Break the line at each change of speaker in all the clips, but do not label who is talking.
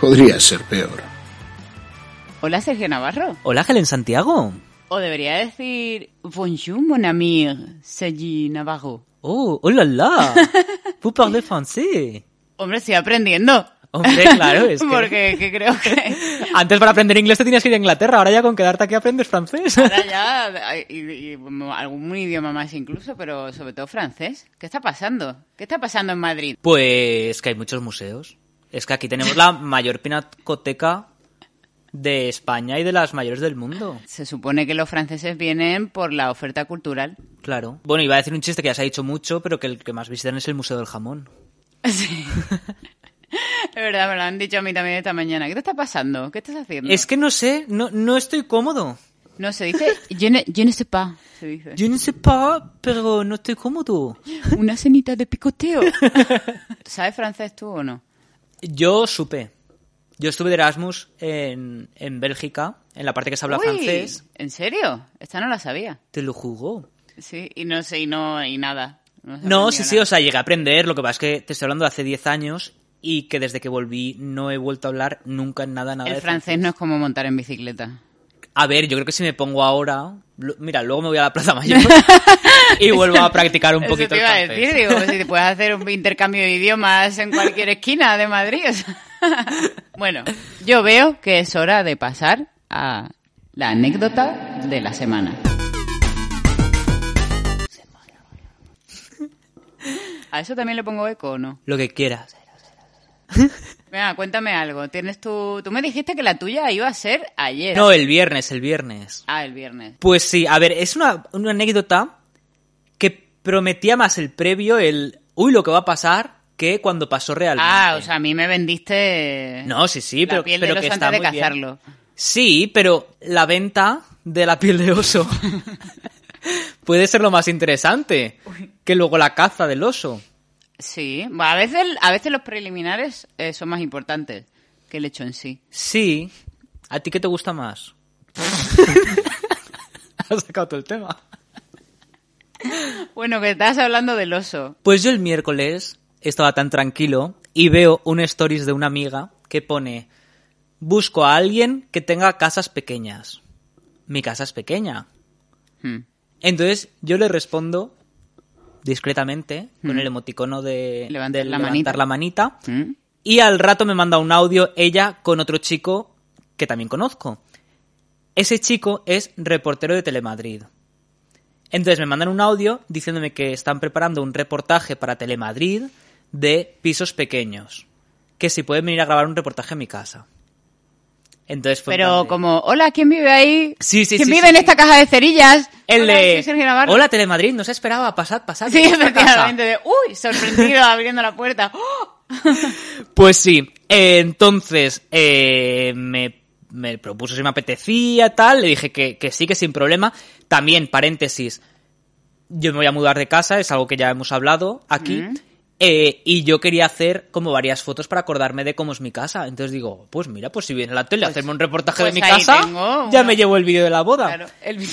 Podría ser peor.
Hola Sergio Navarro.
Hola Helen Santiago.
O debería decir Bonjour mon ami Sergi Navarro.
Oh, hola la. Vous parlez français.
Hombre, estoy aprendiendo.
Hombre, claro, es que...
Porque que creo que
Antes para aprender inglés te tenías que ir a Inglaterra, ahora ya con quedarte aquí aprendes francés.
ahora ya y, y- y algún idioma más incluso, pero sobre todo francés. ¿Qué está pasando? ¿Qué está pasando en Madrid?
Pues que hay muchos museos. Es que aquí tenemos la mayor pinacoteca de España y de las mayores del mundo.
Se supone que los franceses vienen por la oferta cultural.
Claro. Bueno, iba a decir un chiste que ya se ha dicho mucho, pero que el que más visitan es el Museo del Jamón.
Sí. Es verdad, me lo han dicho a mí también esta mañana. ¿Qué te está pasando? ¿Qué estás haciendo?
Es que no sé, no, no estoy cómodo.
No, se dice... Je ne, je ne sais pas, se dice.
Yo no sé pa, pero no estoy cómodo.
Una cenita de picoteo. ¿Sabes francés tú o no?
Yo supe. Yo estuve de Erasmus en, en Bélgica, en la parte que se habla
Uy,
francés.
¿En serio? Esta no la sabía.
Te lo jugó.
Sí, y no sé, y no, y nada. No, se
No,
aprendió
sí, sí,
nada.
o sea, llegué a aprender. Lo que pasa es que te estoy hablando de hace 10 años y que desde que volví no he vuelto a hablar nunca en nada, nada.
El
de
francés no es como montar en bicicleta.
A ver, yo creo que si me pongo ahora. lo- mira, luego me voy a la Plaza Mayor y vuelvo a practicar un
Eso
poquito
te iba a
el francés.
decir, digo, si te puedes hacer un intercambio de idiomas en cualquier esquina de Madrid. o sea. Bueno, yo veo que es hora de pasar a la anécdota de la semana. ¿A eso también le pongo eco o no?
Lo que quieras.
Venga, cuéntame algo. ¿Tienes tu... Tú me dijiste que la tuya iba a ser ayer.
No, el viernes, el viernes.
Ah, el viernes.
Pues sí, a ver, es una, una anécdota que prometía más el previo, el uy, lo que va a pasar, que cuando pasó realmente.
Ah, o sea, a mí me vendiste...
No, sí, sí,
la
pero,
piel
pero
del
que
oso
está
antes de
muy bien.
cazarlo.
Sí, pero la venta de la piel de oso puede ser lo más interesante que luego la caza del oso.
Sí, Bueno, a veces, a veces los preliminares eh, son más importantes que el hecho en sí.
Sí, ¿a ti qué te gusta más? Has sacado todo el tema.
Bueno, que estás hablando del oso.
Pues yo el miércoles estaba tan tranquilo y veo un stories de una amiga que pone busco a alguien que tenga casas pequeñas. Mi casa es pequeña.
Hmm.
Entonces yo le respondo discretamente con el emoticono de
Levantar
de
Mm. la manita.
levantar la manita
¿Mm?
y al rato me manda un audio ella con otro chico que también conozco. Ese chico es reportero de Telemadrid. Entonces me mandan un audio diciéndome que están preparando un reportaje para Telemadrid de pisos pequeños. Que si pueden venir a grabar un reportaje en mi casa. Entonces fue en plan
Pero
de-
como, hola, ¿quién vive ahí?
Sí, sí,
¿Quién
sí,
vive
sí,
en
sí.
esta caja de cerillas?
El
hola,
de...
soy Sergio Navarro.
Hola Telemadrid, no se esperaba, pasad, pasad.
Sí,
pasad a casa".
efectivamente. de, uy, sorprendido abriendo la puerta.
Ah.
¡Oh!
Pues sí, eh, entonces eh, me, me propuso si me apetecía, tal, le dije que, que sí, que sin problema. También, paréntesis, yo me voy a mudar de casa, es algo que ya hemos hablado aquí.
Mm.
eh, y yo quería hacer como varias fotos para acordarme de cómo es mi casa. Entonces digo, pues mira, pues si viene la tele a hacerme un reportaje
pues
de mi
ahí
casa,
tengo
ya
una-
me llevo el vídeo de la boda.
Claro, el vi-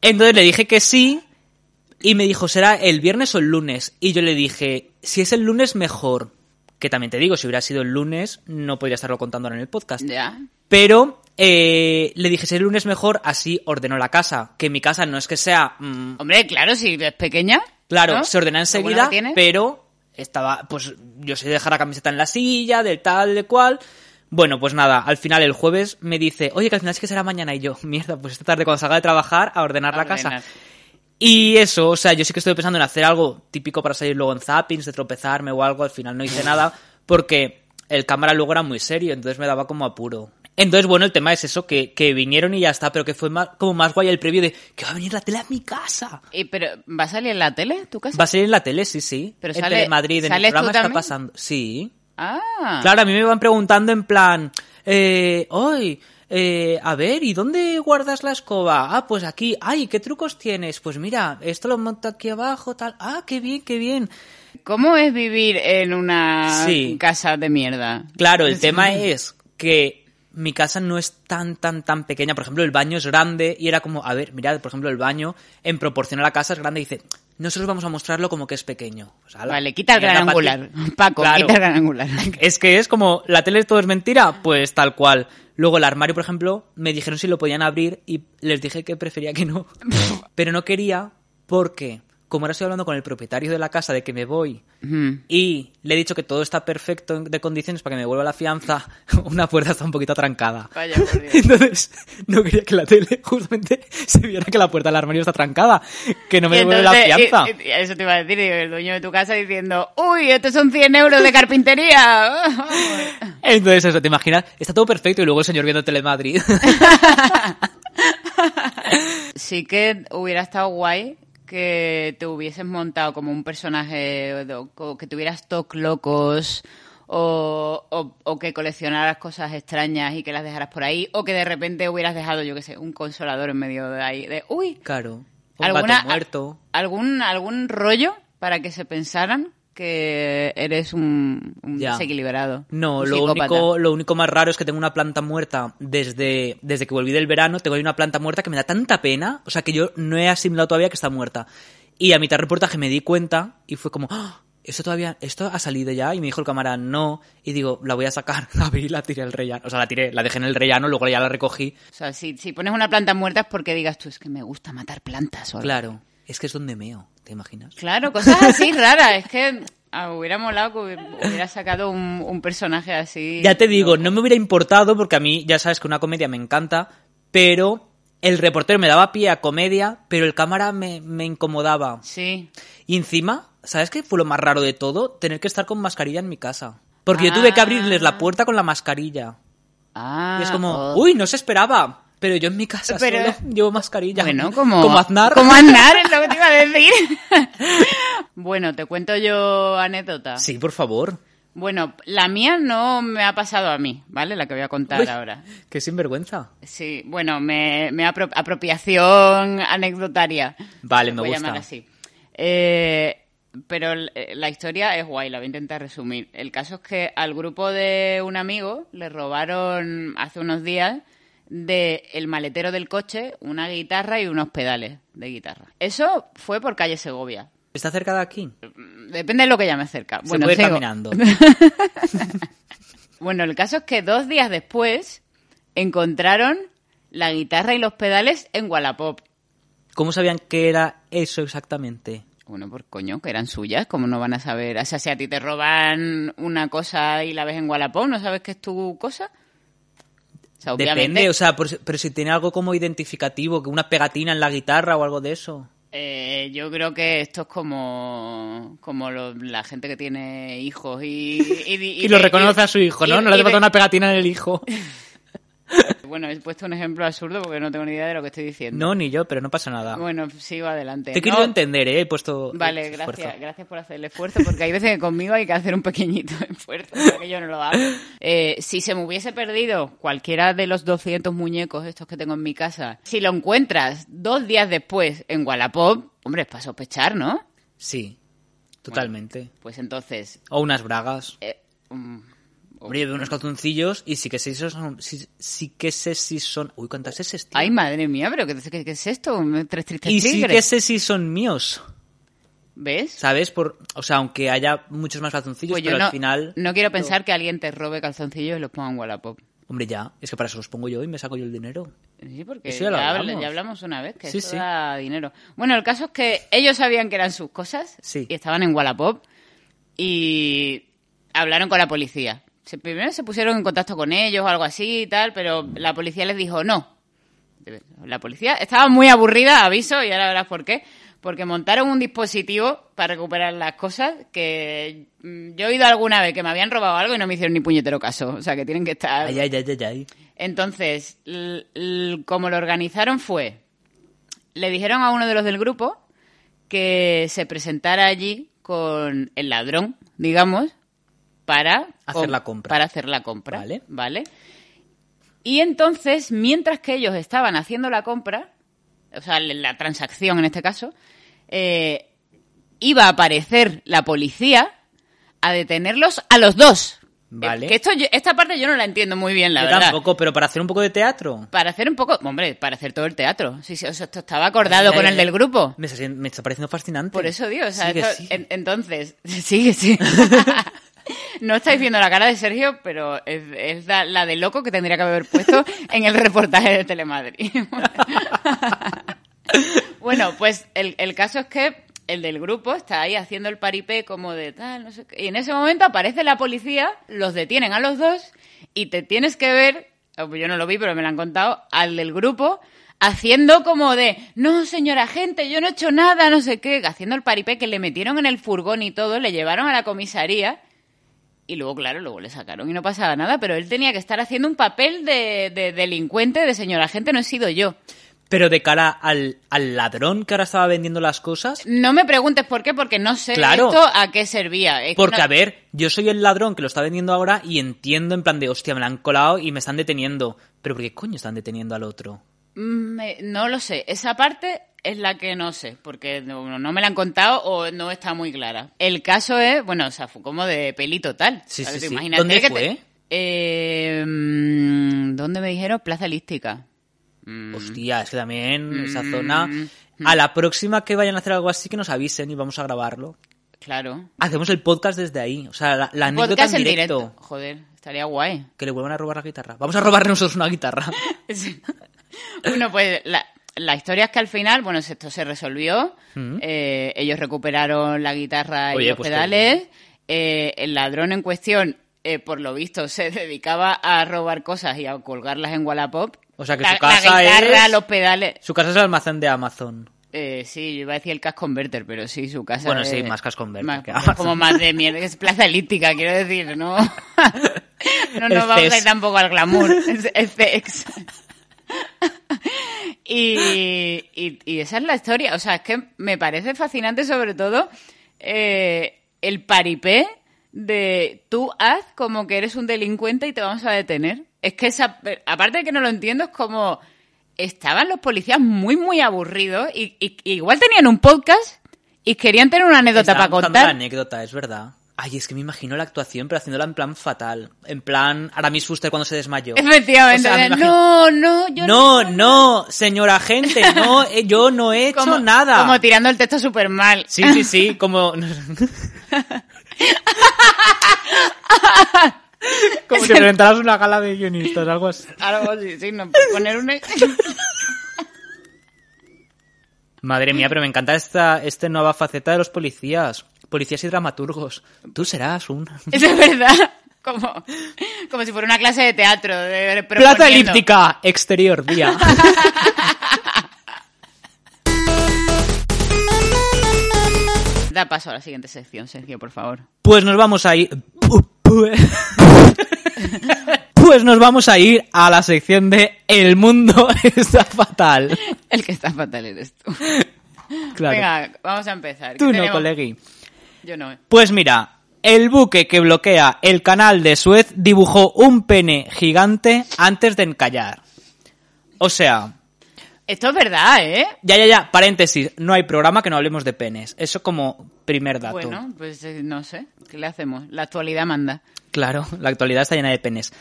Entonces le dije que sí y me dijo, ¿será el viernes o el lunes? Y yo le dije, si es el lunes, mejor. Que también te digo, si hubiera sido el lunes, no podría estarlo contando ahora en el podcast.
Ya.
Pero eh, le dije, si es el lunes, mejor, así ordeno la casa. Que mi casa no es que sea... mm,
Hombre, claro, si es pequeña.
claro,
¿no?
se ordena
Lo bueno
enseguida,
que tiene.
pero estaba... Pues yo sé dejar la camiseta en la silla, del tal, de cual... Bueno, pues nada, al final el jueves me dice, oye, que al final es que será mañana. Y yo, mierda, pues esta tarde cuando salga de trabajar a ordenar la casa.
Ordenar.
Y eso, o sea, yo sí que estoy pensando en hacer algo típico para salir luego en zappings, de tropezarme o algo, al final no hice nada, porque el cámara luego era muy serio, entonces me daba como apuro. Entonces, bueno, el tema es eso, que, que vinieron y ya está, pero que fue más, como más guay el previo de que va a venir la tele a mi casa.
Y, pero, ¿va a salir en la tele tu casa?
Va a salir en la tele, sí, sí.
Pero
en
sale-
Telemadrid, en el
¿sales tú
programa está
también?
pasando. Sí.
Ah,
Claro, a mí me van preguntando en plan, eh, hoy, eh, a ver, ¿y dónde guardas la escoba? Ah, pues aquí, ay, ¿qué trucos tienes? Pues mira, esto lo monto aquí abajo, tal. Ah, qué bien, qué bien.
¿cómo es vivir en una
Sí.
casa de mierda?
Claro, el tema es que mi casa no es tan, tan, tan pequeña. Por ejemplo, el baño es grande y era como, a ver, mirad, por ejemplo, el baño en proporción a la casa es grande y dice, nosotros vamos a mostrarlo como que es pequeño. Pues, ala,
Vale, quita el
mierda
gran
pa' ti.
angular. Paco,
Claro.
quita el gran angular.
Es que es como, la tele todo es mentira, pues tal cual. Luego el armario, por ejemplo, me dijeron si lo podían abrir y les dije que prefería que no. Pero no quería porque, como ahora estoy hablando con el propietario de la casa de que me voy
Ujú.
y le he dicho que todo está perfecto en- de condiciones para que me vuelva la fianza, una puerta está un poquito atrancada.
Vaya, por Dios.
Entonces, no quería que la tele justamente se viera que la puerta del armario está trancada, que no me
Y
devuelve la
entonces, eh,
fianza.
y- y- eso te iba a decir, y el dueño de tu casa diciendo, uy, estos son 100 euros de carpintería. Oh,
Entonces, eso, ¿te imaginas? Está todo perfecto y luego el señor viendo Telemadrid.
sí que hubiera estado guay que te hubieses montado como un personaje, o- o que tuvieras toc locos, o, o- o que coleccionaras cosas extrañas y que las dejaras por ahí, o que de repente hubieras dejado, yo qué sé, un consolador en medio de ahí, de, uy,
Claro. Un
alguna,
gato muerto.
a- algún, algún rollo para que se pensaran que eres un, un
Ya.
desequilibrado.
No,
un
lo
psicópata.
único, lo único más raro es que tengo una planta muerta desde, desde que volví del verano. Tengo ahí una planta muerta que me da tanta pena. O sea, que yo no he asimilado todavía que está muerta. Y a mitad del reportaje me di cuenta y fue como, "¡Ah! ¿esto todavía, esto ha salido ya? Y me dijo el cámara, no. Y digo, la voy a sacar. La vi y la tiré al rellano. O sea, la tiré, la dejé en el rellano, luego ya la recogí.
O sea, si, si pones una planta muerta es porque digas tú, es que me gusta matar plantas. o algo".
Claro. Es que es donde meo, ¿te imaginas?
Claro, cosas así raras. Es que ah, hubiera molado que hubi- hubiera sacado un, un personaje así.
Ya te digo, no me hubiera importado porque a mí ya sabes que una comedia me encanta, pero el reportero me daba pie a comedia, pero el cámara me, me incomodaba.
Sí.
Y encima, ¿sabes qué fue lo más raro de todo? Tener que estar con mascarilla en mi casa. Porque yo
Ah.
tuve que abrirles la puerta con la mascarilla.
Ah,
y es como,
oh.
uy, no se esperaba. Pero yo en mi casa
Pero-
solo llevo mascarilla.
Bueno, como,
Como Aznar.
Como Aznar, es lo que te iba a decir. bueno, te cuento yo anécdota.
Sí, por favor.
Bueno, la mía no me ha pasado a mí, ¿vale? La que voy a contar
Uy,
ahora.
Qué sinvergüenza.
Sí, bueno, me, me apro- apropiación anecdotaria.
Vale,
Se
me
puede
gusta.
llamar así. Eh, pero l- eh, la historia es guay, la voy a intentar resumir. El caso es que al grupo de un amigo le robaron hace unos días del maletero del coche una guitarra y unos pedales de guitarra. Eso fue por calle Segovia.
¿Está cerca de aquí?
Depende de lo que llame cerca.
Se
Bueno,
puede ir
Sego-
caminando.
Bueno, el caso es que dos días después encontraron la guitarra y los pedales en Wallapop.
¿Cómo sabían que era eso exactamente?
Bueno, por coño, que eran suyas, como no van a saber? O sea, si a ti te roban una cosa y la ves en Wallapop, ¿no sabes que es tu cosa? O sea,
Depende, o sea, por si- pero si tiene algo como identificativo, que una pegatina en la guitarra o algo de eso.
eh, yo creo que esto es como, como lo- la gente que tiene hijos y... Y, y-
Y, lo
y-
reconoce a su hijo, ¿no?
y-
no le
y
hace falta
de-
una pegatina en el hijo.
Bueno, he puesto un ejemplo absurdo porque no tengo ni idea de lo que estoy diciendo.
No, ni yo, pero no pasa nada.
Bueno, sigo adelante.
Te
No,
he querido entender, ¿eh? He puesto.
Vale,
he hecho
gracias,
esfuerzo.
gracias por hacer el esfuerzo, porque hay veces que conmigo hay que hacer un pequeñito esfuerzo, porque yo no lo hago. Eh, si se me hubiese perdido cualquiera de los 200 muñecos estos que tengo en mi casa, si lo encuentras dos días después en Wallapop, hombre, es para sospechar, ¿no?
Sí, totalmente.
Pues entonces...
O unas bragas.
eh, mm,
Hombre, veo unos calzoncillos y sí que sé si son. Sí, sí que sé si son. Uy, cuántas es tío.
ay, madre mía, pero ¿qué, qué- qué es esto? Tres tristes
y sí que
tigres.
sé si son míos.
¿Ves?
¿Sabes? Por, o sea, aunque haya muchos más calzoncillos,
Pues yo
pero
no,
al final.
no quiero pensar que alguien te robe calzoncillos y los ponga en Wallapop.
Hombre, ya. Es que para eso los pongo yo y me saco yo el dinero.
Sí, porque ya,
Eso ya lo
habla- ya hablamos.
hablamos.
una vez que
Sí,
eso
sí.
da dinero. Bueno, el caso es que ellos sabían que eran sus cosas
Sí.
y estaban en Wallapop y hablaron con la policía. Se- primero se pusieron en contacto con ellos o algo así y tal, pero la policía les dijo no. La policía estaba muy aburrida, aviso, y ahora verás por qué. Porque montaron un dispositivo para recuperar las cosas que mm, yo he ido alguna vez que me habían robado algo y no me hicieron ni puñetero caso. O sea, que tienen que estar...
Ay, ay, ay, ay, ay.
Entonces, l- l- como lo organizaron fue, le dijeron a uno de los del grupo que se presentara allí con el ladrón, digamos, para
Hacer
com-
la compra.
Para hacer la compra,
Vale.
¿vale? Y entonces, mientras que ellos estaban haciendo la compra, o sea, l- la transacción en este caso, eh, iba a aparecer la policía a detenerlos a los dos.
Vale.
Eh, Que esto, yo- esta parte yo no la entiendo muy bien, la
Yo
verdad.
tampoco, pero para hacer un poco de teatro.
Para hacer un poco, hombre, para hacer todo el teatro. Sí, sí, o sea, esto estaba acordado
Ay,
con
ay,
el
ay.
del grupo.
Me está, siendo- me está pareciendo fascinante.
Por eso digo, o sea,
Sigue,
esto-
sigue.
en- entonces, sigue, sí. No estáis viendo la cara de Sergio, pero es, es la, la de loco que tendría que haber puesto en el reportaje de Telemadrid. bueno, pues el, el caso es que el del grupo está ahí haciendo el paripé como de tal, no sé qué. Y en ese momento aparece la policía, los detienen a los dos y te tienes que ver, oh, pues yo no lo vi, pero me lo han contado, al del grupo haciendo como de, no señora gente, yo no he hecho nada, no sé qué, haciendo el paripé que le metieron en el furgón y todo, le llevaron a la comisaría. Y luego, claro, luego le sacaron y no pasaba nada, pero él tenía que estar haciendo un papel de, de delincuente, de señora gente, no he sido yo.
Pero de cara al, al ladrón que ahora estaba vendiendo las cosas.
No me preguntes por qué, porque no sé
Claro.
esto a qué servía. Es que
Porque,
no-
a ver, yo soy el ladrón que lo está vendiendo ahora y entiendo en plan de, hostia, me la han colado y me están deteniendo. Pero ¿por qué coño están deteniendo al otro?
Mm, me- no lo sé. Esa parte es la que no sé, porque no, no me la han contado o no está muy clara. El caso es, bueno, o sea, fue como de peli total.
Sí,
¿sabes?
sí, sí.
Imagínate
¿Dónde
que
fue?
te- Eh, mm, ¿Dónde me dijeron? Plaza Lística. Mm,
Hostia, es que también esa zona... A la próxima que vayan a hacer algo así que nos avisen y vamos a grabarlo.
claro.
Hacemos el podcast desde ahí. O sea, la, la anécdota
Podcast
en
en
directo.
directo. Joder, estaría guay.
Que le vuelvan a robar la guitarra. Vamos a robarle nosotros una guitarra.
Sí. bueno, pues la, la historia es que al final, bueno, esto se resolvió. eh, ellos recuperaron la guitarra y
Mm. Oye,
los
pues qué
pedales. eh, el ladrón en cuestión, eh, por lo visto, se dedicaba a robar cosas y a colgarlas en Wallapop.
O sea, que
la,
su casa
la guitarra,
es-
los pedales.
Su casa es el almacén de Amazon.
eh, sí, yo iba a decir el Cash Converter, pero sí, su casa.
Bueno,
es-
sí, más Cash Converter
más-
que Amazon.
como más de mierda, es plaza elíptica, quiero decir, ¿no? no
El
nos vamos a
CES.
ir tampoco al glamour. Es, es CES. Y, y- y esa es la historia. O sea, es que me parece fascinante, sobre todo, eh, el paripé de tú haz como que eres un delincuente y te vamos a detener. Es que esa, aparte de que no lo entiendo, es como estaban los policías muy, muy aburridos y, y- y igual tenían un podcast y querían tener una anécdota
Estaba
para
contando la
contar.
anécdota, es verdad. Ay, es que me imagino la actuación, pero haciéndola en plan fatal. En plan Aramis Fuster cuando se desmayó.
Efectivamente,
O sea, me
no,
imagino-
no, yo
no, no, señora gente, no, eh, yo no he hecho
como,
nada.
Como tirando el texto súper mal.
Sí, sí, sí, como... como si presentaras una gala de guionistas, algo así.
Algo así, sí, no, poner un...
Madre mía, pero me encanta esta, esta nueva faceta de los policías. Policías y dramaturgos. Tú serás un...
Eso es verdad. Como, como si fuera una clase de teatro. De,
Plaza
proponiendo.
elíptica, exterior, día.
Da paso a la siguiente sección, Sergio, por favor.
Pues nos vamos a ir. eh. Pues nos vamos a ir a la sección de El mundo está fatal.
El que está fatal eres tú.
Claro.
Venga, vamos a empezar. ¿Qué
Tú no,
tenemos?
colegui.
Yo no.
Pues mira, el buque que bloquea el canal de Suez dibujó un pene gigante antes de encallar. O sea,
Esto es verdad, ¿eh?
ya, ya, ya, paréntesis, no hay programa que no hablemos de penes. Eso como primer dato.
Bueno, pues eh, no sé. ¿Qué le hacemos? La actualidad manda.
Claro, la actualidad está llena de penes.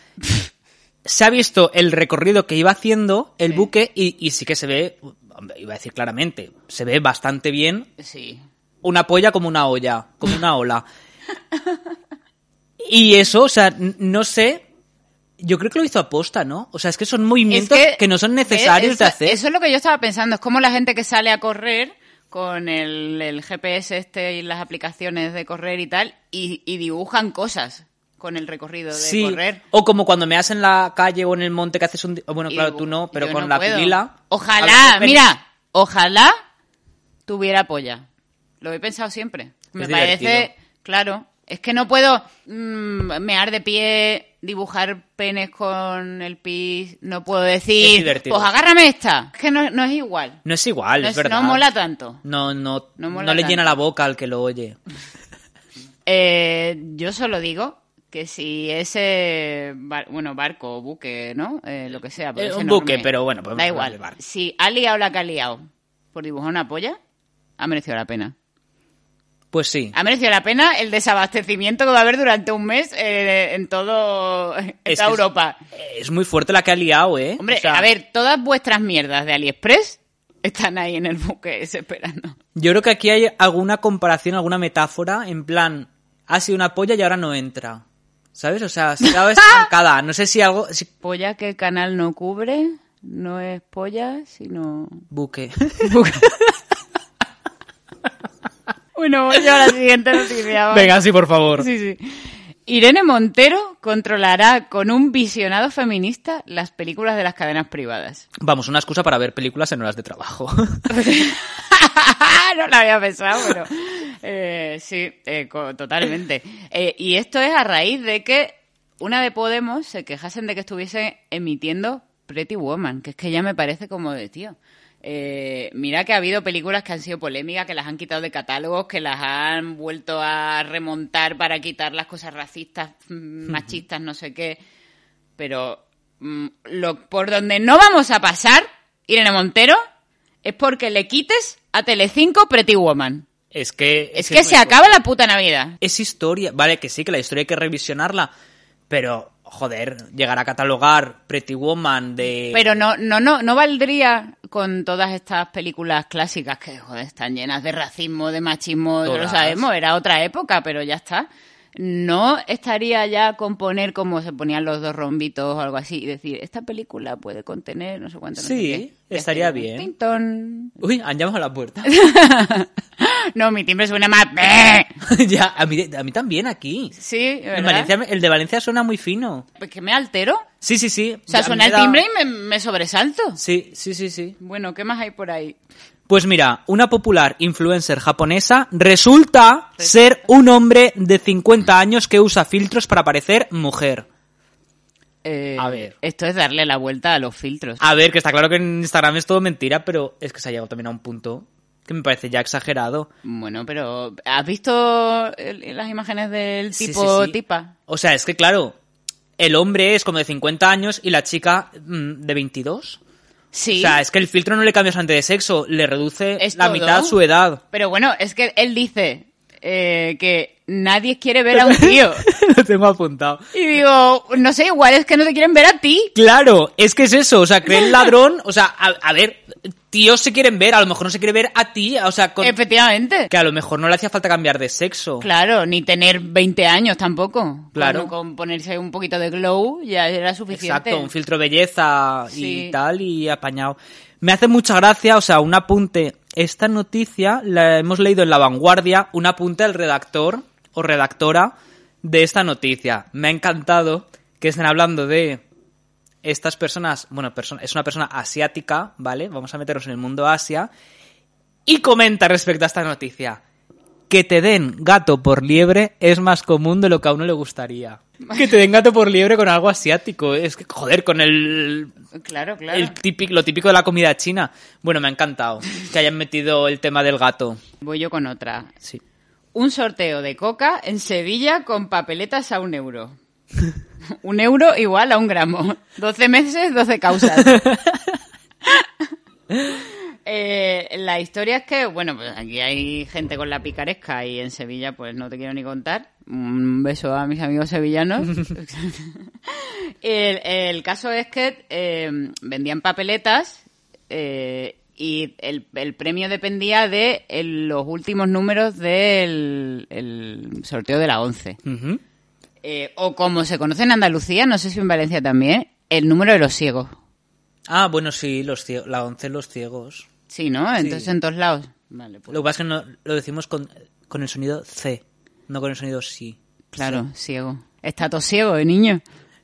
Se ha visto el recorrido que iba haciendo el
Sí.
buque y, y sí que se ve, hombre, iba a decir claramente, se ve bastante bien
Sí.
una polla como una olla, como una ola. Y eso, o sea, n- no sé, yo creo que lo hizo aposta, ¿no? O sea, es que son movimientos que, no son necesarios
eh, eso-
de hacer.
Eso es lo que yo estaba pensando. Es como la gente que sale a correr con el, el GPS este y las aplicaciones de correr y tal y, y dibujan cosas. con el recorrido de
sí.
correr.
O como cuando me das en la calle o en el monte que haces un. di- o Bueno,
Y
claro,
digo,
tú no, pero
yo
con
no
la
puedo.
pila.
Ojalá, mira, ojalá tuviera polla. Lo he pensado siempre. Me parece,
divertido.
claro, es que no puedo mm, mear de pie, dibujar penes con el pis, no puedo
Es
decir,
divertido.
pues agárrame esta. Es que no, no es igual.
No es igual,
No
es,
es-
verdad.
no mola tanto.
No, no,
No
no,
mola
le
tanto.
llena la boca al que lo oye.
Eh, yo solo digo que si ese bar- bueno barco o buque no Eh, lo que sea porque
Eh,
es
un
enorme.
buque, pero bueno, podemos
da
hablar
igual
de barco.
si ha liado la que ha liado por dibujar una polla ha merecido la pena
Pues sí.
ha merecido la pena el desabastecimiento que va a haber durante un mes eh, en todo en
Es
toda
que es-
Europa
Es muy fuerte la que ha liado, ¿eh?
hombre
O sea,
a ver todas vuestras mierdas de AliExpress están ahí en el buque ese esperando
Yo creo que aquí hay alguna comparación, alguna metáfora, en plan, ha sido una polla y ahora no entra. ¿Sabes? O sea, se ha quedado estancada. No sé si algo. si-
polla que el canal no cubre no es polla sino
Buque.
Bueno, voy a la siguiente noticia. va.
sí, por favor.
Sí, sí. Irene Montero controlará con un visionado feminista las películas de las cadenas privadas.
Vamos, una excusa para ver películas en horas de trabajo.
no lo había pensado, pero eh, sí, eh, co- totalmente. Eh, y esto es a raíz de que una de Podemos se quejasen de que estuviese emitiendo Pretty Woman, que es que ya me parece como de tío. eh, mira que ha habido películas que han sido polémicas, que las han quitado de catálogos, que las han vuelto a remontar para quitar las cosas racistas, mm, machistas, no sé qué. Pero mm, lo, por donde no vamos a pasar, Irene Montero, es porque le quites a Telecinco Pretty Woman.
es que.
Es que
es
se
muy
acaba la puta Navidad.
es historia. Vale, que sí, que la historia hay que revisionarla. Pero, joder, llegar a catalogar Pretty Woman de.
Pero no, no, no, no valdría con todas estas películas clásicas que, joder, están llenas de racismo, de machismo, ya lo
Todas.
sabemos, era otra época, pero ya está. No estaría ya con poner como se ponían los dos rombitos o algo así y decir, esta película puede contener no sé cuánto. no sé
Sí,
qué. Ya
estaría
está.
bien.
Tin, ton.
Uy, han llamado a la puerta.
No, mi timbre suena más.
ya, a mí, a mí también aquí.
Sí,
En
¿verdad?
Valencia, el de Valencia suena muy fino.
Pues que me altero.
Sí, sí, sí.
O sea,
A mí
suena
me
el
da-
timbre y me, me sobresalto.
Sí, sí, sí, sí.
Bueno, ¿qué más hay por ahí?
Pues mira, una popular influencer japonesa resulta ser un hombre de 50 años que usa filtros para parecer mujer.
Eh,
A ver. Ah.
Esto es darle la vuelta a los filtros.
A ver, que está claro que en Instagram es todo mentira, pero es que se ha llegado también a un punto que me parece ya exagerado.
Bueno, pero ¿has visto el- las imágenes del
Sí,
tipo
sí, sí.
tipa?
O sea, es que claro, el hombre es como de 50 años y la chica mm, de 22.
Sí.
O sea, es que el filtro no le cambia antes de sexo, le reduce
Es
la
todo.
mitad su edad.
Pero bueno, es que él dice eh, que nadie quiere ver a un tío.
Lo tengo apuntado.
Y digo, no sé, igual es que no te quieren ver a ti.
Claro, es que es eso, o sea, creen ladrón, o sea, a, a ver, tíos se quieren ver, a lo mejor no se quiere ver a ti, o sea, con-
Efectivamente.
que a lo mejor no le hacía falta cambiar de sexo.
Claro, ni tener 20 años tampoco.
Claro.
Con, con ponerse un poquito de glow ya era suficiente.
Exacto, un filtro belleza y
Sí.
tal y apañado. Me hace mucha gracia, o sea, un apunte. Esta noticia la hemos leído en La Vanguardia, un apunte al redactor o redactora de esta noticia. Me ha encantado que estén hablando de estas personas, bueno, perso- es una persona asiática, ¿vale? Vamos a meternos en el mundo Asia. Y comenta respecto a esta noticia. Que te den gato por liebre es más común de lo que a uno le gustaría. Que te den gato por liebre con algo asiático. Es que, joder, con el,
Claro, claro.
el típico, lo típico de la comida china. Bueno, me ha encantado que hayan metido el tema del gato.
Voy yo con otra.
Sí.
Un sorteo de coca en Sevilla con papeletas a un euro. un euro igual a un gramo. 12 meses, 12 causas. Eh, la historia es que, bueno, pues aquí hay gente con la picaresca y en Sevilla, pues no te quiero ni contar. Un beso a mis amigos sevillanos. El, el caso es que eh, vendían papeletas eh, y el, el premio dependía de el- los últimos números del el sorteo de la 11.
Ujú.
Eh, o como se conoce en Andalucía, no sé si en Valencia también, el número de los ciegos.
Ah, bueno, sí, los cie- la once los ciegos.
Sí, ¿no? Entonces en todos lados. Vale, pues.
Lo que pasa es que no- lo decimos con, con el sonido C, no con el sonido sí.
Claro, ciego. Está todo ciego, ¿eh, niño.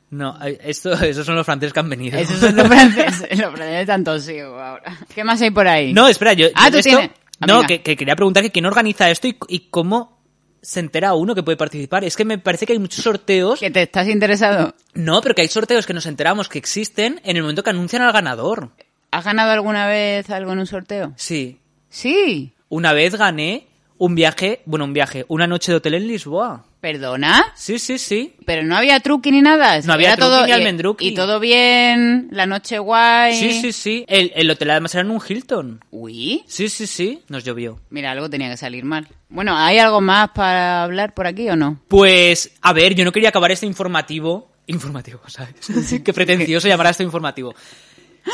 No, esto, esos son los franceses que han venido.
Esos son los franceses. Los franceses están todos ciegos ahora. ¿Qué más hay por ahí?
No, espera, yo.
Ah,
yo
tú
esto-
tienes. Ah,
No,
venga.
que, que quería preguntar que quién organiza esto y, y cómo se entera uno que puede participar. Es que me parece que hay muchos sorteos.
¿Que te estás interesado?
No, pero que hay sorteos que nos enteramos que existen en el momento que anuncian al ganador.
¿Has ganado alguna vez algo en un sorteo?
Sí.
Sí.
Una vez gané un viaje, bueno, un viaje, una noche de hotel en Lisboa.
¿Perdona?
Sí, sí, sí.
Pero no había truqui ni nada.
No había
Era
truqui
todo,
ni
y-
almendruqui.
Y, todo bien, la noche guay.
Sí, sí, sí. El, el hotel además era en un Hilton.
Uy,
Sí, sí, sí. Nos llovió.
mira, algo tenía que salir mal. Bueno, ¿hay algo más para hablar por aquí o no?
Pues, a ver, yo no quería acabar este informativo. Informativo, ¿sabes? Qué pretencioso llamar a esto informativo.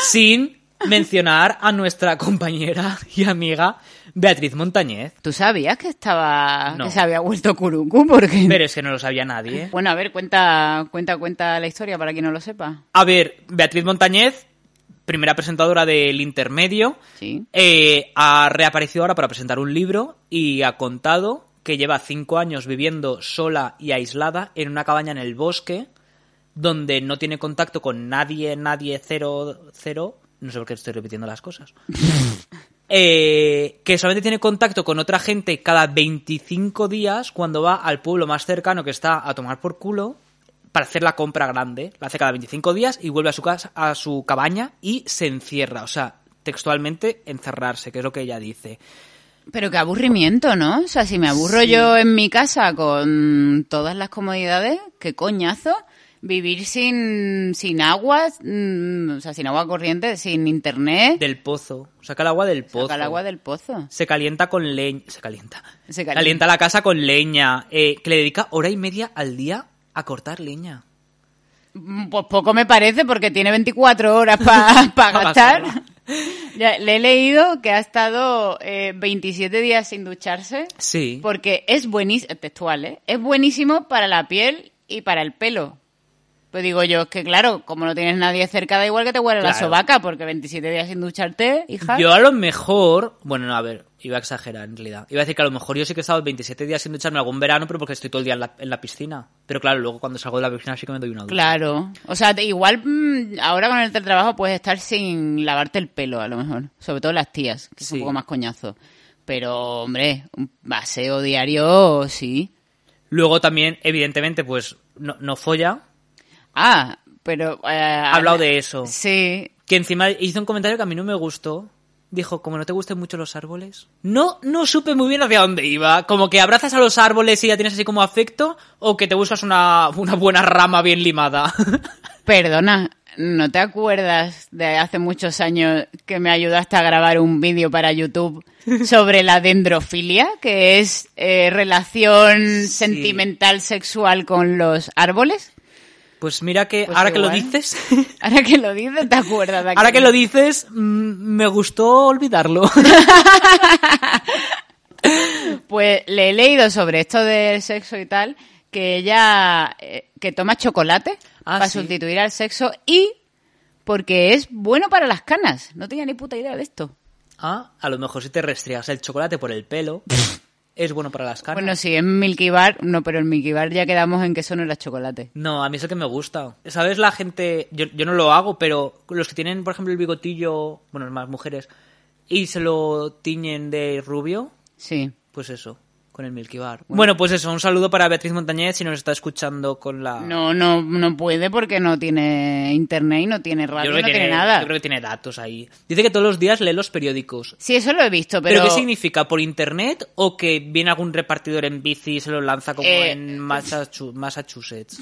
Sin mencionar a nuestra compañera y amiga Beatriz Montañez.
¿Tú sabías que estaba...
No.
que se había vuelto curucu? Porque...
Pero es que no lo sabía nadie.
Bueno, a ver, cuenta, cuenta, cuenta la historia para quien no lo sepa.
A ver, Beatriz Montañez, primera presentadora del Intermedio,
Sí.
eh, ha reaparecido ahora para presentar un libro y ha contado que lleva cinco años viviendo sola y aislada en una cabaña en el bosque donde no tiene contacto con nadie, nadie, cero, cero. No sé por qué estoy repitiendo las cosas. Eh, que solamente tiene contacto con otra gente cada 25 días cuando va al pueblo más cercano que está a tomar por culo para hacer la compra grande. La hace cada 25 días y vuelve a su casa, a su cabaña y se encierra. O sea, textualmente encerrarse, que es lo que ella dice.
Pero qué aburrimiento, ¿no? O sea, si me aburro yo en mi casa con todas las comodidades, qué coñazo. Vivir sin, sin agua, mm, o sea, sin agua corriente, sin internet,
Del pozo. Saca el agua del pozo.
saca el agua del pozo.
Se calienta con leña. Se calienta.
Se calienta.
calienta. la casa con leña. eh, que le dedica hora y media al día a cortar leña.
Mm, Pues poco me parece porque tiene 24 horas para
Pa'
gastar.
gastarla.
Ya, le he leído que ha estado eh, 27 días sin ducharse.
Sí.
Porque es buenísimo, textual, ¿eh? Es buenísimo para la piel y para el pelo. Pues digo yo, es que claro, como no tienes nadie cerca, da igual que te huela la
Claro.
sobaca, porque 27 días sin ducharte, hija.
Yo a lo mejor. Bueno, no, a ver, iba a exagerar en realidad. Iba a decir que a lo mejor yo sí que he estado 27 días sin ducharme algún verano, pero porque estoy todo el día en la, en la piscina. Pero claro, luego cuando salgo de la piscina sí que me doy una ducha.
Claro. O sea, te- igual mm, ahora con el teletrabajo puedes estar sin lavarte el pelo, a lo mejor. Sobre todo las tías, que es un
Sí.
poco más coñazo. Pero, hombre, un paseo diario, sí.
Luego también, evidentemente, pues no, no folla.
Ah, pero... eh,
Ha hablado de eso.
Sí,
Que encima hizo un comentario que a mí no me gustó. Dijo, como no te gusten mucho los árboles. No, no supe muy bien hacia dónde iba. Como que abrazas a los árboles y ya tienes así como afecto, o que te buscas una, una buena rama bien limada.
Perdona, ¿no te acuerdas de hace muchos años que me ayudaste a grabar un vídeo para YouTube sobre la dendrofilia, que es eh, relación sentimental sexual con los árboles?
pues mira que,
Pues
ahora que
igual.
lo dices,
Ahora que lo dices, ¿te acuerdas de
Ahora
aquello?
que lo dices, mm, me gustó olvidarlo.
Pues le he leído sobre esto del sexo y tal, que ella eh, que toma chocolate
Ah,
para
sí.
sustituir al sexo y porque es bueno para las canas. No tenía ni puta idea de esto.
ah, a lo mejor si te restregas el chocolate por el pelo, es bueno para las canas.
Bueno, sí, en Milky Bar, no, pero en Milky Bar ya quedamos en que eso no era chocolate.
No, a mí es el que me gusta. ¿Sabes la gente? Yo, yo no lo hago, pero los que tienen, por ejemplo, el bigotillo, bueno, las más mujeres, y se lo tiñen de rubio,
Sí.
pues eso, con el Milky Bar. Bueno, pues eso, un saludo para Beatriz Montañez si nos está escuchando con la...
No, no, no puede porque no tiene internet y no tiene
yo
radio,
creo
no
que
tiene,
tiene,
nada.
yo creo que tiene datos ahí. Dice que todos los días lee los periódicos.
Sí, eso lo he visto, pero...
¿Pero, qué significa? ¿Por internet o que viene algún repartidor en bici y se lo lanza como
Eh,
en Massachu- Massachusetts?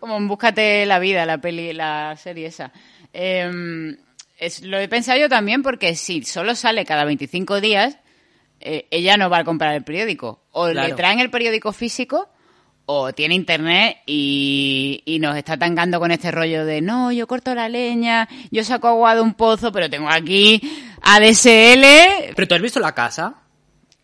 Como en Búscate la vida, la peli, la serie esa. Eh, es- lo he pensado yo también porque si solo sale cada 25 días, eh, ella no va a comprar el periódico. O le
Claro.
traen el periódico físico o tiene internet y, y nos está tangando con este rollo de no, yo corto la leña, yo saco agua de un pozo, pero tengo aquí ADSL.
¿Pero tú has visto la casa?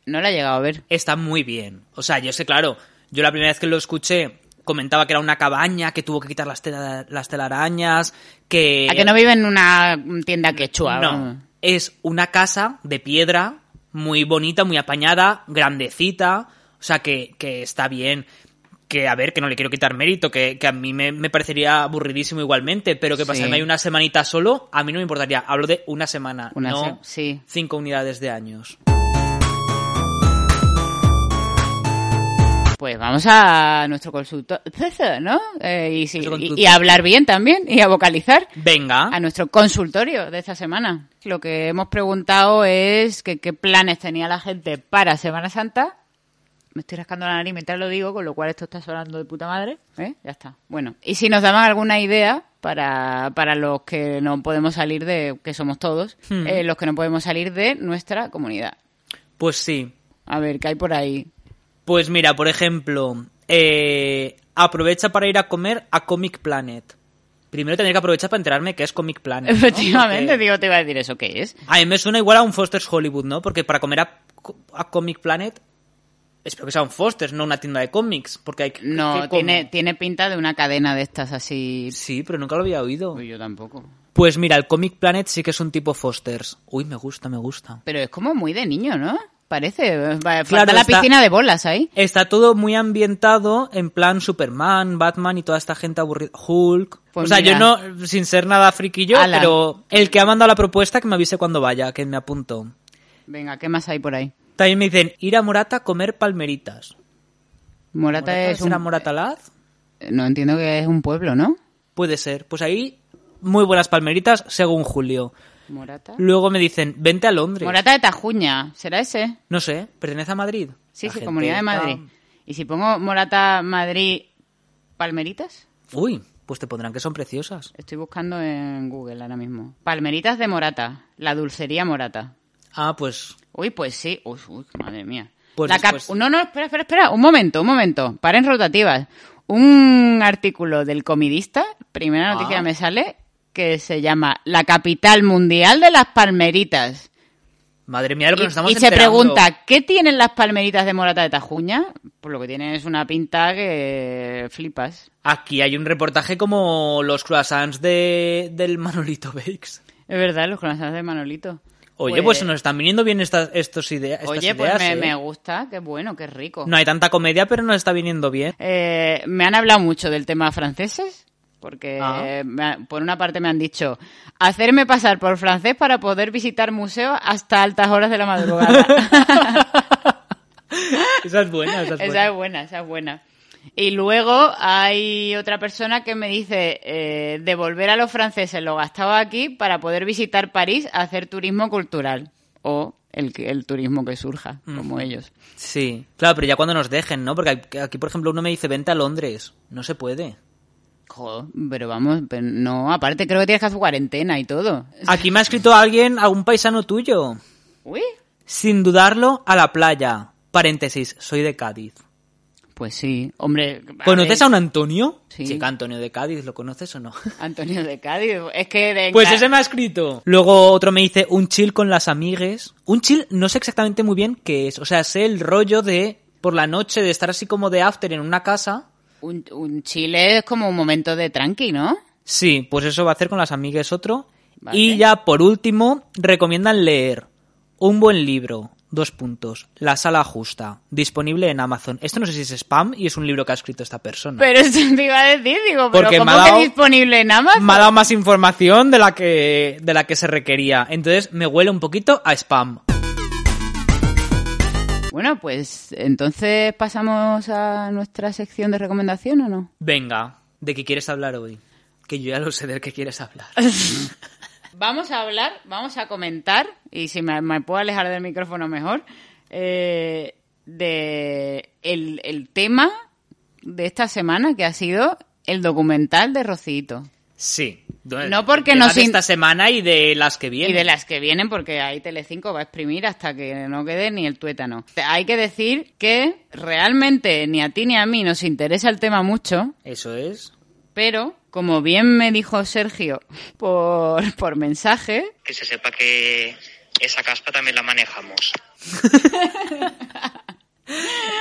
No la he llegado a ver.
Está muy bien. O sea, yo sé, claro, yo la primera vez que lo escuché comentaba que era una cabaña, que tuvo que quitar las, tela- las telarañas, que...
¿A que no vive en una tienda quechua?
No, es una casa de piedra muy bonita, muy apañada, grandecita. O sea, que, que está bien. Que, a ver, que no le quiero quitar mérito, que, que a mí me, me parecería aburridísimo igualmente, pero que
Sí.
pasarme ahí una semanita solo, a mí no me importaría. Hablo de una semana,
Una
no
se- sí.
cinco unidades de años.
Pues vamos a nuestro consultor, ¿no? Eh, y, sí,
Nuestro
y-
consultor. Ah.
y a hablar bien también, y a vocalizar.
Venga.
A nuestro consultorio de esta semana. Lo que hemos preguntado es que qué planes tenía la gente para Semana Santa. Me estoy rascando la nariz mientras lo digo, con lo cual esto está sonando de puta madre. ¿eh? Ya está. Bueno, y si nos daban alguna idea para, para los que no podemos salir de, que somos todos,
Hmm.
eh, los que no podemos salir de nuestra comunidad.
Pues sí.
A ver, ¿qué hay por ahí?
Pues mira, por ejemplo, eh, aprovecha para ir a comer a Comic Planet. Primero tendré que aprovechar para enterarme que es Comic Planet. ¿no?
Efectivamente,
Porque
digo, te iba a decir eso, ¿qué es?
A mí me suena igual a un Foster's Hollywood, ¿no? Porque para comer a, a Comic Planet, espero que sea un Foster's, no una tienda de cómics. Porque hay que-
No,
que com-
tiene, tiene pinta de una cadena de estas así.
Sí, pero nunca lo había oído.
Uy, yo tampoco.
Pues mira, el Comic Planet sí que es un tipo Foster's. Uy, me gusta, me gusta.
Pero es como muy de niño, ¿no? Parece. va- Falta
Claro,
la
está-
piscina de bolas ahí.
Está todo muy ambientado en plan Superman, Batman y toda esta gente aburrida. Hulk.
Pues
o sea,
mira.
yo no, sin ser nada friquillo,
Ala.
pero el que ha mandado la propuesta que me avise cuando vaya, que me apunto.
Venga, ¿qué más hay por ahí?
También me dicen ir a Morata a comer palmeritas.
Morata,
¿Morata
es
será
un. Eh,
Moratalaz?
No entiendo que es un pueblo, ¿no?
Puede ser. Pues ahí, muy buenas palmeritas, según Julio.
Morata.
Luego me dicen, vente a Londres.
Morata de Tajuña, ¿será ese?
No sé, ¿pertenece a Madrid?
Sí,
La
sí,
gente
Comunidad de
está-
Madrid. ¿Y si pongo Morata Madrid Palmeritas?
Uy, pues te pondrán que son preciosas.
Estoy buscando en Google ahora mismo. Palmeritas de Morata, la dulcería Morata.
Ah, pues
Uy, pues sí. Uy, uy, madre mía.
Pues
La cap-
después-
No, no, espera, espera, espera. Un momento, un momento. Paren rotativas. Un artículo del comidista, primera noticia
Ah.
que me sale, que se llama La capital mundial de las palmeritas.
Madre mía, de lo que
Y,
nos estamos
y se
enterando.
pregunta, ¿qué tienen las palmeritas de Morata de Tajuña? Pues lo que tienen es una pinta que flipas.
Aquí hay un reportaje como los croissants de, del Manolito Bakes.
Es verdad, los corazones de Manolito.
Oye, pues, nos están viniendo bien estas, estos idea- estas
Oye, pues
ideas.
me,
¿eh?
me gusta, qué bueno, qué rico.
No hay tanta comedia, pero nos está viniendo bien.
Eh, me han hablado mucho del tema franceses, porque
Ah.
eh, me ha- por una parte me han dicho hacerme pasar por francés para poder visitar museos hasta altas horas de la madrugada.
Esa es buena, esa es
esa
buena.
es buena, esa es buena. Y luego hay otra persona que me dice eh, devolver a los franceses lo gastado aquí para poder visitar París, a hacer turismo cultural o el, que- el turismo que surja, como ellos.
Sí, claro, pero ya cuando nos dejen, ¿no? Porque aquí- aquí, por ejemplo, uno me dice, vente a Londres. No se puede.
Joder, pero vamos, pero no, aparte creo que tienes que hacer cuarentena y todo.
Aquí me ha escrito alguien, algún paisano tuyo.
Uy,
Sin dudarlo, a la playa. Paréntesis, soy de Cádiz.
Pues sí, hombre. a
¿Conoces
ver,
a un Antonio?
Sí.
Chica, Antonio de Cádiz, ¿lo conoces o no?
Antonio de Cádiz? Es que de
Pues
Ca-
ese me ha escrito. Luego otro me dice un chill con las amigues. Un chill no sé exactamente muy bien qué es. O sea, sé el rollo de por la noche de estar así como de after en una casa.
un, un chile es como un momento de tranqui, ¿no?
Sí, pues eso va a hacer con las amigues otro.
Vale.
Y ya por último, recomiendan leer un buen libro. Dos puntos. La sala justa. Disponible en Amazon. Esto no sé si es spam y es un libro que ha escrito esta persona.
Pero eso te iba a decir, digo, pero
Porque
¿cómo
me ha dado-
que disponible en Amazon?
me ha dado más información de la que de la que se requería. Entonces me huele un poquito a spam.
Bueno, pues entonces pasamos a nuestra sección de recomendación o no?
Venga, ¿de qué quieres hablar hoy? Que yo ya lo sé de qué quieres hablar.
Vamos a hablar, vamos a comentar, y si me, me puedo alejar del micrófono mejor, eh, de el, el tema de esta semana que ha sido el documental de Rocito.
Sí.
No, porque
De
no
la de
sin-
esta semana y de las que vienen.
Y de las que vienen, porque ahí Telecinco va a exprimir hasta que no quede ni el tuétano. Hay que decir que realmente ni a ti ni a mí nos interesa el tema mucho,
Eso es.
pero como bien me dijo Sergio por, por mensaje,
que se sepa que esa caspa también la manejamos.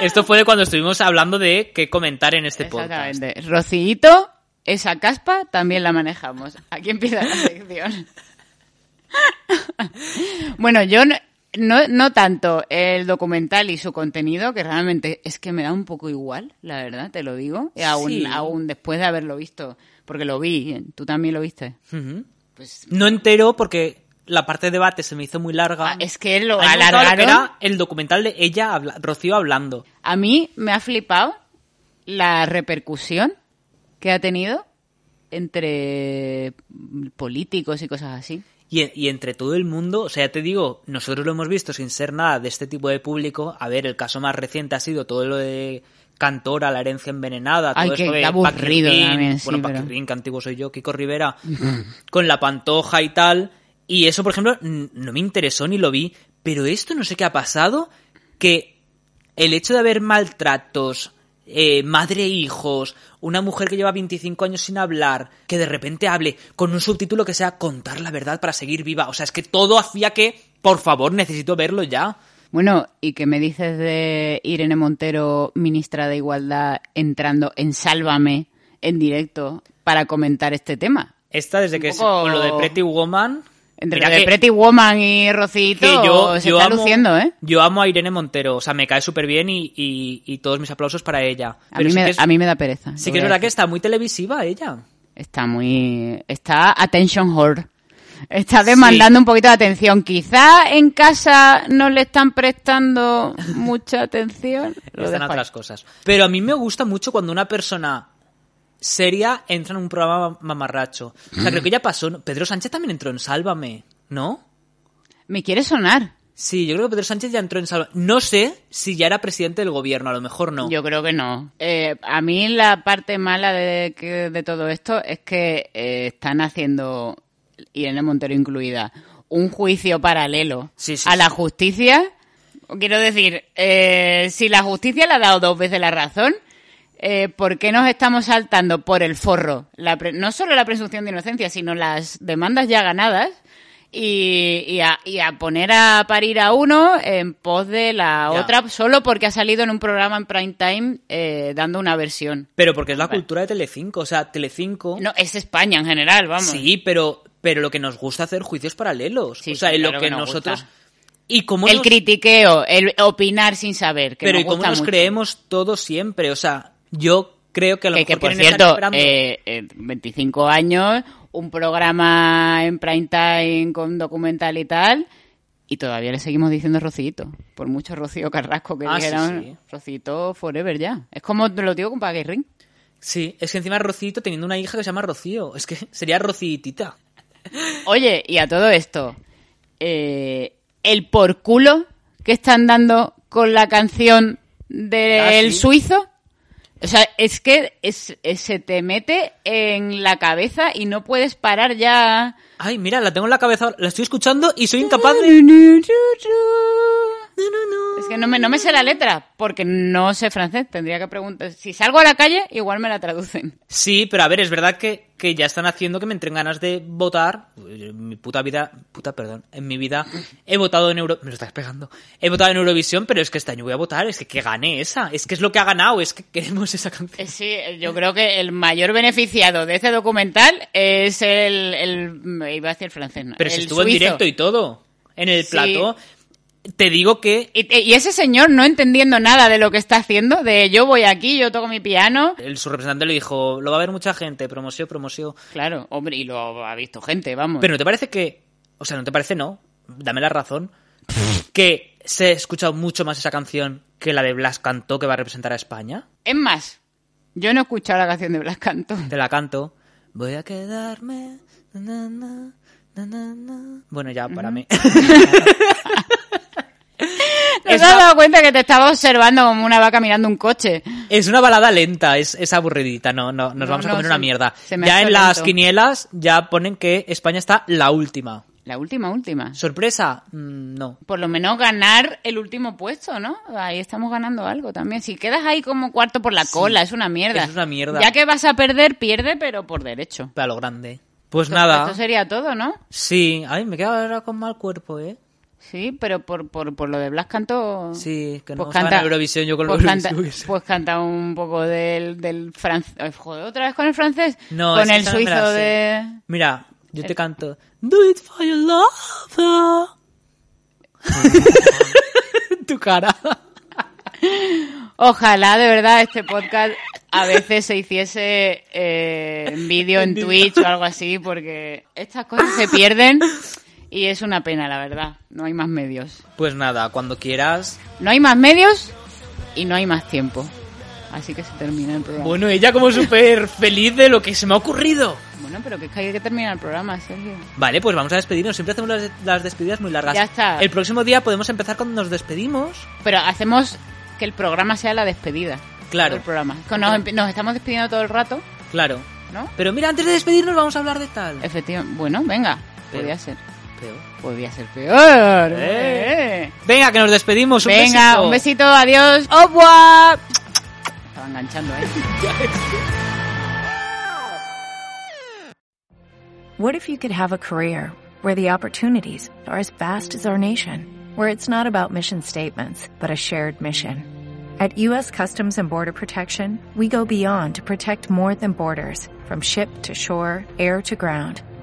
Esto fue de cuando estuvimos hablando de qué comentar en este podcast.
exactamente, Rocito, esa caspa también la manejamos. Aquí empieza la sección. bueno, yo no- No, no tanto el documental y su contenido, que realmente es que me da un poco igual, la verdad, te lo digo. Y Aún,
Sí.
aún después de haberlo visto, porque lo vi, tú también lo viste. Pues
No entero porque la parte de debate se me hizo muy larga.
Ah, es que lo
A mí me gustaba lo que
alargaron.
era el documental de ella, habla- Rocío hablando.
A mí me ha flipado la repercusión que ha tenido entre políticos y cosas así.
Y, y entre todo el mundo, o sea, ya te digo, nosotros lo hemos visto sin ser nada de este tipo de público. A ver, el caso más reciente ha sido todo lo de Cantora, la herencia envenenada, todo
Ay,
esto
qué-
de
qué aburrido
Paquirrín,
también, sí,
bueno,
pero-
Paquirrín, que antiguo soy yo, Kiko Rivera, con la pantoja y tal. Y eso, por ejemplo, n- no me interesó ni lo vi, pero esto no sé qué ha pasado, que el hecho de haber maltratos, eh, madre e hijos, una mujer que lleva 25 años sin hablar, que de repente hable con un subtítulo que sea contar la verdad para seguir viva. O sea, es que todo hacía que, por favor, necesito verlo ya.
Bueno, ¿y qué me dices de Irene Montero, ministra de Igualdad, entrando en Sálvame en directo para comentar este tema?
Esta desde que
Un
es
poco-
con lo de Pretty Woman.
Entre
mira
lo de
que-
Pretty Woman y Rocito,
que yo,
se
yo
está
amo,
luciendo, ¿eh?
yo amo a Irene Montero, o sea, me cae súper bien y, y- y todos mis aplausos para ella.
A
Pero
mí,
sí
me,
que es,
a mí me da pereza.
sí
lo
que
voy
es
a
verdad que
decir.
está muy televisiva ella.
Está muy... Está attention whore. Está demandando un poquito de atención. Quizá en casa no le están prestando mucha atención. Lo
están
dejo ahí.
otras cosas. Pero a mí me gusta mucho cuando una persona seria entra en un programa mamarracho. O sea, creo que ya pasó. ¿no? Pedro Sánchez también entró en Sálvame, ¿no?
Me quiere sonar.
Sí, yo creo que Pedro Sánchez ya entró en Sálvame. No sé si ya era presidente del gobierno, a lo mejor no.
Yo creo que no. Eh, a mí la parte mala de, que- de todo esto es que eh, están haciendo, Irene Montero incluida, un juicio paralelo
Sí, sí,
a la
sí.
justicia. Quiero decir, eh, si la justicia le ha dado dos veces la razón, eh, ¿por qué nos estamos saltando por el forro? La pre- no solo la presunción de inocencia, sino las demandas ya ganadas. Y, y a, y a poner a parir a uno en pos de la
Ya.
otra solo porque ha salido en un programa en prime time eh, dando una versión.
Pero porque es la
Vale.
cultura de Telecinco. O sea, Telecinco...
No, es España en general, vamos.
Sí, pero, pero lo que nos gusta hacer juicios paralelos.
Sí,
o sea,
sí,
y lo
claro
que,
que nos
nosotros.
gusta.
Y cómo
El
nos-
critiqueo, el opinar sin saber. Que
pero
nos
y cómo
gusta
nos
mucho.
creemos todos siempre. O sea, yo creo que a lo
Que,
mejor
que, por
quieren estar
cierto,
esperando-
eh, eh, 25 años, un programa en prime time con documental y tal, y todavía le seguimos diciendo Rocito. Por mucho Rocío Carrasco que
Ah, sí,
dijeran,
sí.
Rocito forever ya. Es como te lo digo con Pague Ring.
Sí, es que encima Rocito teniendo una hija que se llama Rocío. Es que sería Rocitita.
Oye, y a todo esto, eh, el por culo que están dando con la canción
Ah,
del
sí.
suizo. O sea, es que es- es- se te mete en la cabeza y no puedes parar ya.
Ay, mira, la tengo en la cabeza, ahora, la estoy escuchando y soy incapaz de.
Es
No, no, no.
que no me, no me sé la letra, porque no sé francés. Tendría que preguntar. Si salgo a la calle, igual me la traducen.
Sí, pero a ver, es verdad que, que ya están haciendo que me entren ganas de votar. En mi puta vida, puta, perdón, en mi vida he votado en Euro... Me lo estás pegando. He votado en Eurovisión, pero es que este año voy a votar, es que que gane esa. Es que es lo que ha ganado, es que queremos esa canción.
Eh, Sí, yo creo que el mayor beneficiado de este documental es el. el- iba a decir francés, ¿no?
Pero si
El
estuvo en
suizo.
directo y todo, en el
Sí.
plató. Te digo que
Y, eh, y ese señor no entendiendo nada de lo que está haciendo, de yo voy aquí, yo toco mi piano.
el, su representante le dijo, lo va a ver mucha gente, promoción, promoción.
Claro, hombre, y lo ha visto gente, vamos.
Pero ¿no te parece que... O sea, ¿no te parece no? Dame la razón. que se ha escuchado mucho más esa canción que la de Blas Cantó que va a representar a España.
Es más, yo no he escuchado la canción de Blas Canto.
Te la canto. Voy a quedarme. na, na, na, na, na, na. Bueno, ya, para mí.
¿No
Es
te has
una-
dado cuenta que te estaba observando como una vaca mirando un coche?
es una balada lenta, es, es aburridita, no, no, nos
No,
vamos a
no,
comer
se-
una mierda.
se me
Ya
hace
en las
lento.
quinielas ya ponen que España está la última.
La última, última.
¿Sorpresa? Mm, No.
Por lo menos ganar el último puesto, ¿no? Ahí estamos ganando algo también. Si quedas ahí como cuarto por la cola, es una mierda.
es una mierda.
Ya que vas a perder, pierde, pero por derecho.
Para lo grande. Pues
Esto
nada.
sería todo, ¿no?
Sí, ay, me queda ahora con mal cuerpo, ¿eh?
Sí, pero por, por, por lo de Blas Canto...
Sí, que no gana Eurovisión, yo con lo
pues
Eurovisión
canta,
que sé.
pues canta un poco del, del francés... Joder, ¿otra vez con el francés?
No,
con
es que
el
esa no me la
suizo
sé.
de... Eh.
Mira, yo te canto. Do it for your lover. tu cara.
Ojalá de verdad este podcast a veces se hiciese eh, en vídeo en Twitch o algo así, porque estas cosas se pierden y es una pena, la verdad. No hay más medios.
Pues nada, cuando quieras.
No hay más medios y no hay más tiempo. Así que se termina el programa. Bueno,
Bueno, ella como súper feliz de lo que se me ha ocurrido.
pero que es que hay que terminar el programa, Sergio.
Vale, pues vamos a despedirnos. Siempre hacemos las, las despedidas muy largas.
Ya está.
El próximo día podemos empezar cuando nos despedimos.
Pero hacemos que el programa sea la despedida.
Claro.
Del programa. Que Nos, empe- nos estamos despidiendo todo el rato,
Claro.
¿no?
Pero mira, antes de despedirnos vamos a hablar de tal.
Efectivamente. Bueno, venga.
Pero-
Podría ser.
Peor.
Podría ser peor.
Eh.
Eh.
Venga, que nos despedimos. Un
Venga,
besito.
un besito, adiós. Au revoir. Estaba enganchando, ¿eh?
What if you could have a career where the opportunities are as vast as our nation, where it's not about mission statements, but a shared mission? At U.S. Customs and Border Protection, we go beyond to protect more than borders. From ship to shore, air to ground,